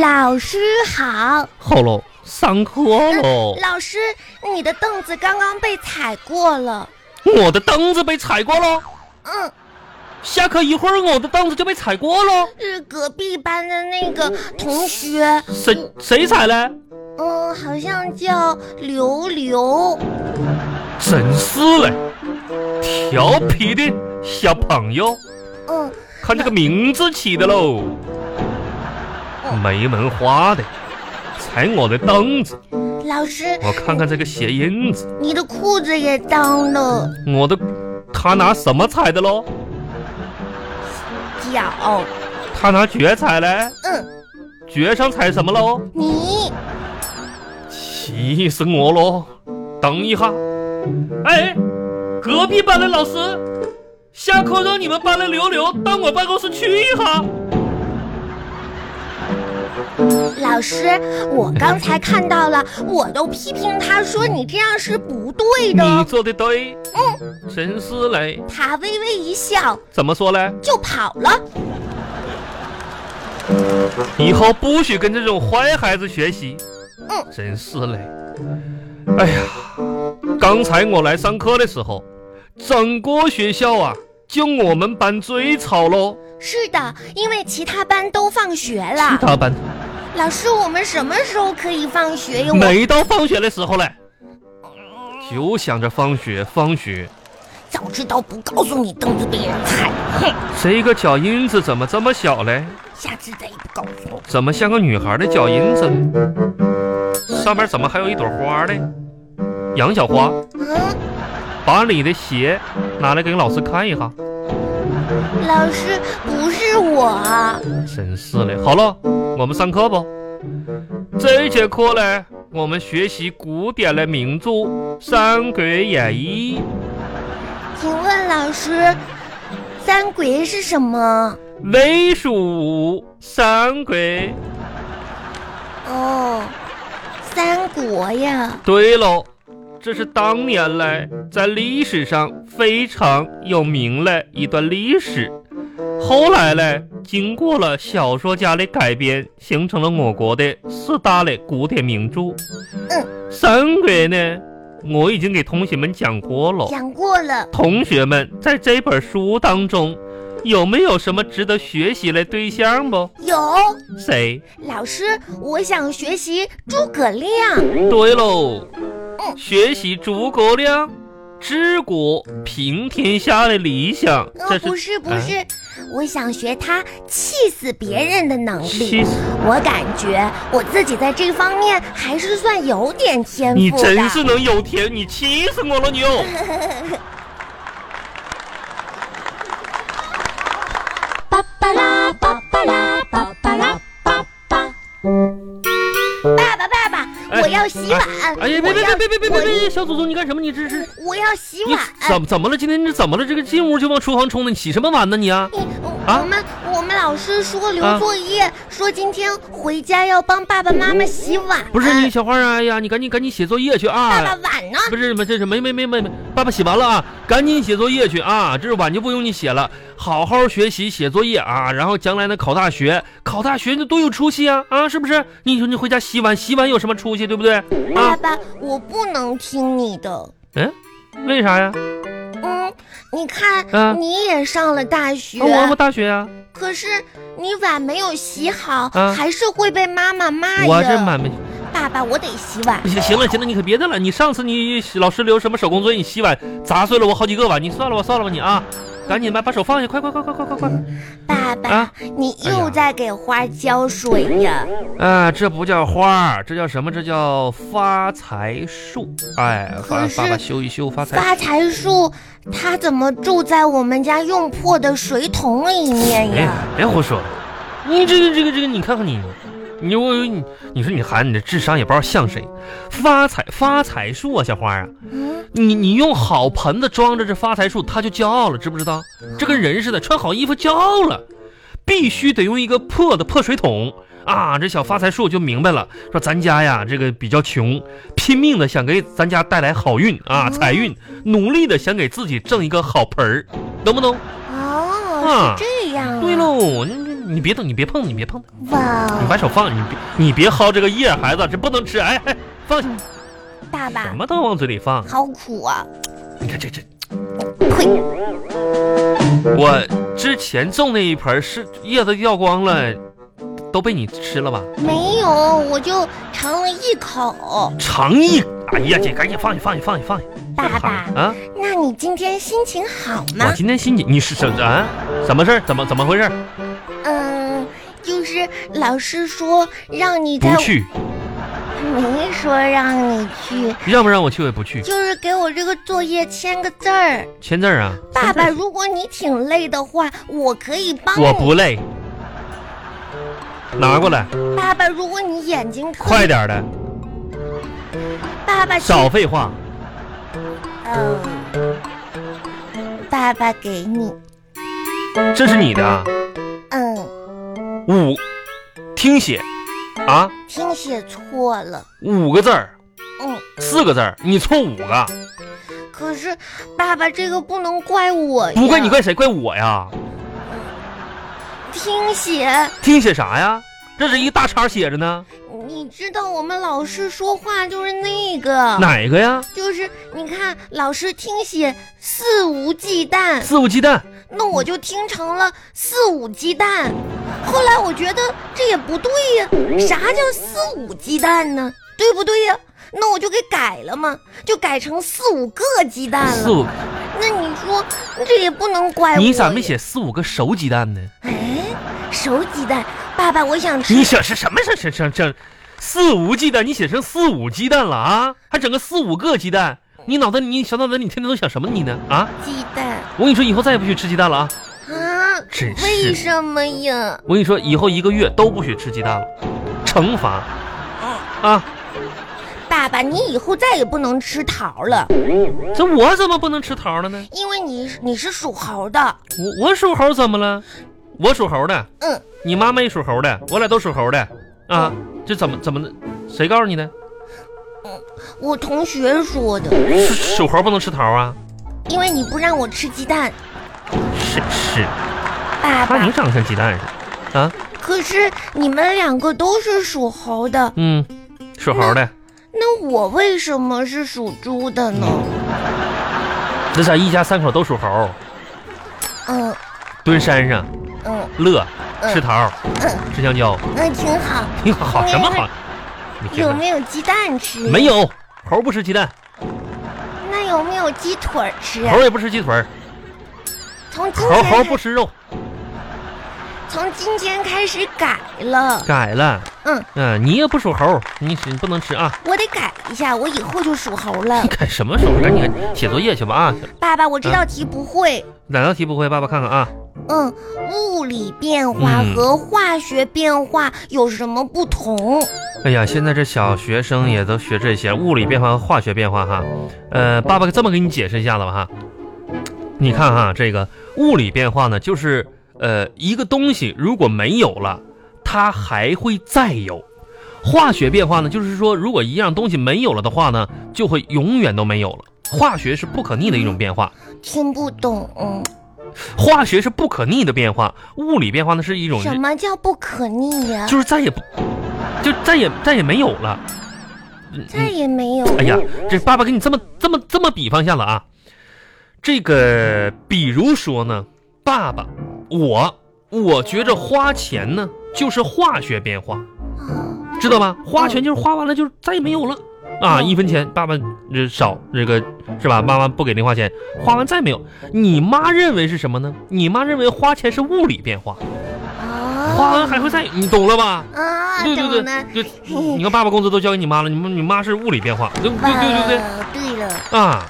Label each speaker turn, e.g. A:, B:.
A: 老师好，
B: 好喽，上课 喽！
A: 老师，你的凳子刚刚被踩过了。
B: 我的凳子被踩过喽，
A: 嗯，
B: 下课一会儿我的凳子就被踩过喽。
A: 是隔壁班的那个同学，
B: 谁谁踩嘞？
A: 嗯，好像叫刘刘。
B: 真是嘞，调皮的小朋友，
A: 嗯，
B: 看这个名字起的喽，没文化的，踩我的凳子，
A: 老师，
B: 我看看这个鞋印子，
A: 你的裤子也脏了，
B: 我的，他拿什么踩的喽？
A: 脚。
B: 他拿脚踩嘞，
A: 嗯，
B: 脚上踩什么喽？
A: 你
B: 气死我喽！等一下，哎，隔壁班的老师，下课让你们班的刘刘到我办公室去一下。
A: 老师，我刚才看到了，我都批评他说你这样是不对
B: 你
A: 的。
B: 做的对，真是嘞。
A: 他微微一笑
B: 怎么说嘞？
A: 就跑了。
B: 以后不许跟这种坏孩子学习。
A: 嗯
B: 真是嘞。哎呀，刚才我来上课的时候，整个学校啊，就我们班最吵喽。
A: 是的，因为其他班都放学
B: 其
A: 了。
B: 他班
A: 老师，我们什么时候可以放学呀？我
B: 没到放学的时候嘞，就想着放学，放学。
A: 早知道不告诉你凳子被人踩，哼，
B: 这个脚印子怎么这么小嘞？
A: 下次再也不告诉我。
B: 怎么像个女孩的脚印子嘞？上面怎么还有一朵花嘞？杨小花，
A: 嗯，
B: 把你的鞋拿来给老师看一下。
A: 老师，不是我。
B: 真是嘞。好了，我们上课吧。这节课嘞，我们学习古典的名著《三国演义
A: 请问老师，三鬼是什么？》。
B: 魏蜀吴三国。
A: 哦，三国呀。
B: 对喽，这是当年来在历史上非常有名的一段历史。后来嘞，经过了小说家的改编，形成了我国的四大类古典名著。
A: 嗯，
B: 三国呢，我已经给同学们讲过了。
A: 讲过了，
B: 同学们在这本书当中，有没有什么值得学习的对象不？
A: 有
B: 谁？
A: 老师，我想学习诸葛亮。
B: 对喽，学习诸葛亮治国平天下的理想，
A: 呃，
B: 这
A: 不
B: 是
A: 是不
B: 啊嗯
A: 是，我想学他气死别人的能力
B: 气。死
A: 我感觉我自己在这方面还是算有点天
B: 你
A: 赋的。
B: 真是能有天，你气死 我了你又。
C: 巴巴拉巴巴拉巴巴拉巴巴。
A: 爸爸爸爸，
B: 哎
A: 我要洗碗。
B: 哎呀，别别别别别别别别！小祖宗，你干什么？你这是
A: 我！我要洗
B: 你
A: 碗。
B: 怎怎么了？今天你怎么了？这个进屋就往厨房冲呢？你洗什么碗呢你啊？
A: 你我
B: 啊
A: 我们我们老师说留
B: 啊
A: 作业，说今天回家要帮爸爸妈妈洗碗。呃
B: 不是你小花啊，哎呀，你赶紧赶紧写作业去啊！
A: 爸爸碗呢？
B: 不是，不是，是没没没没没，爸爸写完了啊，赶紧写作业去啊！这碗就不用你写了，好好学习写作业啊，然后将来呢考大学，考大学那多有出息啊啊，是不是？你说你回家洗碗，洗碗有什么出息，对不对？
A: 爸
B: 啊，
A: 爸，我不能听你的。
B: 嗯，为啥呀？
A: 嗯，你看，
B: 啊
A: 你也上了大学，
B: 啊我我大学呀、
A: 可是你碗没有洗好，
B: 啊
A: 还是会被妈妈哎骂呀。
B: 我这满没
A: 爸爸，我得洗碗。
B: 行行了行了，你可别的了，你上次你老师留什么手工作业，你洗碗砸碎了我好几个碗，你算了吧算了吧你啊，赶紧吧，把手放下，快快快快快快快！
A: 爸爸，
B: 啊
A: 你
B: 哎
A: 又
B: 呀
A: 在给花浇水呀？
B: 啊，这不叫花儿，这叫什么？这叫发财树。哎，
A: 可
B: 发
A: 是
B: 爸爸修一修发财。
A: 发财树，它怎么住在我们家用破的水桶里面
B: 哎
A: 呀？，
B: 别胡说！你这个这个这个，你看看你，你我你你说你孩子，你这智商也不知道像谁。发财发财树啊，小花啊，
A: 嗯，
B: 你你用好盆子装着这发财树，它就骄傲了，知不知道？
A: 嗯
B: 这跟人似的，穿好衣服骄傲了，必须得用一个破的破水桶啊！这小发财树就明白了，说咱家呀这个比较穷，拼命的想给咱家带来好运啊
A: 嗯
B: 财运，努力的想给自己挣一个好盆儿，懂不懂？
A: 哦，
B: 啊
A: 是这样啊。
B: 哎对喽，你这你你别动，你别碰，你别碰，你把
A: 哇，
B: 手放，你别你别薅这个叶，孩子，这不能吃，哎，哎放下，
A: 大
B: 什
A: 吧，
B: 么都往嘴里放，
A: 好苦啊！
B: 你看这这。
A: 呸，
B: 我之前种那一盆是叶子掉光了，都被你吃了吧？
A: 没有，我就尝了一口。
B: 尝一，哎呀，这赶紧放下，放下，放下，放下！
A: 爸爸
B: 啊，
A: 那你今天心情好
B: 我
A: 吗？
B: 今天心情你是什啊？什么事儿？怎么怎么回事儿？
A: 嗯，就是老师说让你在
B: 不，去，
A: 没说让你去，
B: 让不让我去我也不去，
A: 就是给我这个作业签个字儿。
B: 签字儿啊？
A: 爸 爸，如果你挺累的话，我可以帮你。
B: 我不累，拿过来，
A: 爸爸，如果你眼睛特
B: 快，点儿的，
A: 爸爸
B: 少废话。
A: 嗯，爸爸给你，
B: 这是你的啊，
A: 嗯，
B: 五，听写，啊，
A: 听写错了，
B: 五个字儿，
A: 嗯，
B: 四个字儿，你错五个，
A: 可是爸爸这个不能怪我呀，
B: 不怪你怪谁？怪我呀？
A: 听写，
B: 听写啥呀？这是一大叉写着呢，
A: 你知道我们老师说话就是那个，
B: 哪个呀？
A: 就是你看老师听写肆无忌惮，
B: 肆无忌惮，
A: 那我就听成了肆无忌惮。后来我觉得这也不对呀，啥叫肆无忌惮呢？对不对呀？那我就给改了嘛，就改成四五个鸡蛋
B: 四
A: 了。
B: 五，
A: 那你说这也不能怪哎我。
B: 你咋没？写四五个熟鸡蛋呢？
A: 哎，熟鸡蛋，爸爸，我想吃
B: 你写是什么是是是这肆无忌惮？你写成四五鸡蛋了啊？还整个四五个鸡蛋？你脑子里你小脑子里你天天都想什么你呢？啊！
A: 鸡蛋
B: 我跟你说，以后再也不许吃鸡蛋了啊！
A: 啊？
B: 真是
A: 为什么呀？
B: 我跟你说，以后一个月都不许吃鸡蛋了，惩罚啊！
A: 哦爸爸，你以后再也不能吃桃了，
B: 这我怎么不能吃桃了呢？
A: 因为你你是属猴的。
B: 我我属猴怎么了？我属猴的，
A: 嗯，
B: 你妈妈也属猴的，我俩都属猴的啊！这怎么怎么的？谁告诉你的？
A: 我同学说的，
B: 属属猴不能吃桃啊？
A: 因为你不让我吃鸡蛋，
B: 是是，
A: 爸
B: 看啊你
A: 爸。
B: 长得像鸡蛋似的啊！
A: 可是你们两个都是属猴的，
B: 嗯，属猴的，
A: 那我为什么是属猪的呢？
B: 那咱一家三口都属猴，
A: 嗯
B: 蹲山上
A: 嗯
B: 乐，
A: 嗯
B: 吃桃，
A: 嗯
B: 吃香蕉，
A: 嗯，挺好。
B: 你好什么好？你听
A: 有
B: 着
A: 没有鸡蛋吃？
B: 没。有，猴不吃鸡蛋，
A: 那有没有鸡腿儿吃？啊
B: 猴也不吃鸡腿儿，
A: 从今
B: 猴
A: 天
B: 猴不
A: 开
B: 吃肉，
A: 从今天开始改了，
B: 改了。
A: 嗯
B: 嗯，你也不属猴，你你不能吃啊！
A: 我得改一下，我以后就属猴了
B: 你。改什么时候？赶紧写作业去吧啊！
A: 爸爸，我这道题不会。
B: 哪道题不会？爸爸看看啊！
A: 嗯，物理变化
B: 嗯
A: 和化学变化有什么不同？
B: 哎呀，现在这小学生也都学这些物理变化和化学变化哈。呃，爸爸这么给你解释一下子吧哈。你看哈，这个物理变化呢，就是呃一个东西如果没有了，它还会再有。化学变化呢，就是说如果一样东西没有了的话呢，就会永远都没有了。化学是不可逆的一种变化，
A: 听不懂。嗯
B: 化学是不可逆的变化，物理变化呢是一种
A: 什么叫不可逆呀、
B: 就是再也不就再也再也没有了。嗯
A: 再也没有。
B: 哎呀，这爸爸给你这么这么这么比方下了啊，这个比如说呢，爸爸，我我觉着花钱呢就是化学变化，
A: 啊
B: 知道吧？花钱就是花完了就再也没有了啊，一分钱爸爸这少这个是吧？妈妈不给零花钱，花完再没有。你妈认为是什么呢？你妈认为花钱是物理变化，花完
A: 啊
B: 还会再，你懂了吧？
A: 啊！
B: 对对
A: 懂
B: 对
A: 了。，
B: 就
A: 啊
B: 你看爸爸工资都交给你妈了，你妈你妈是物理变化，对对对对对。
A: 对了，
B: 啊，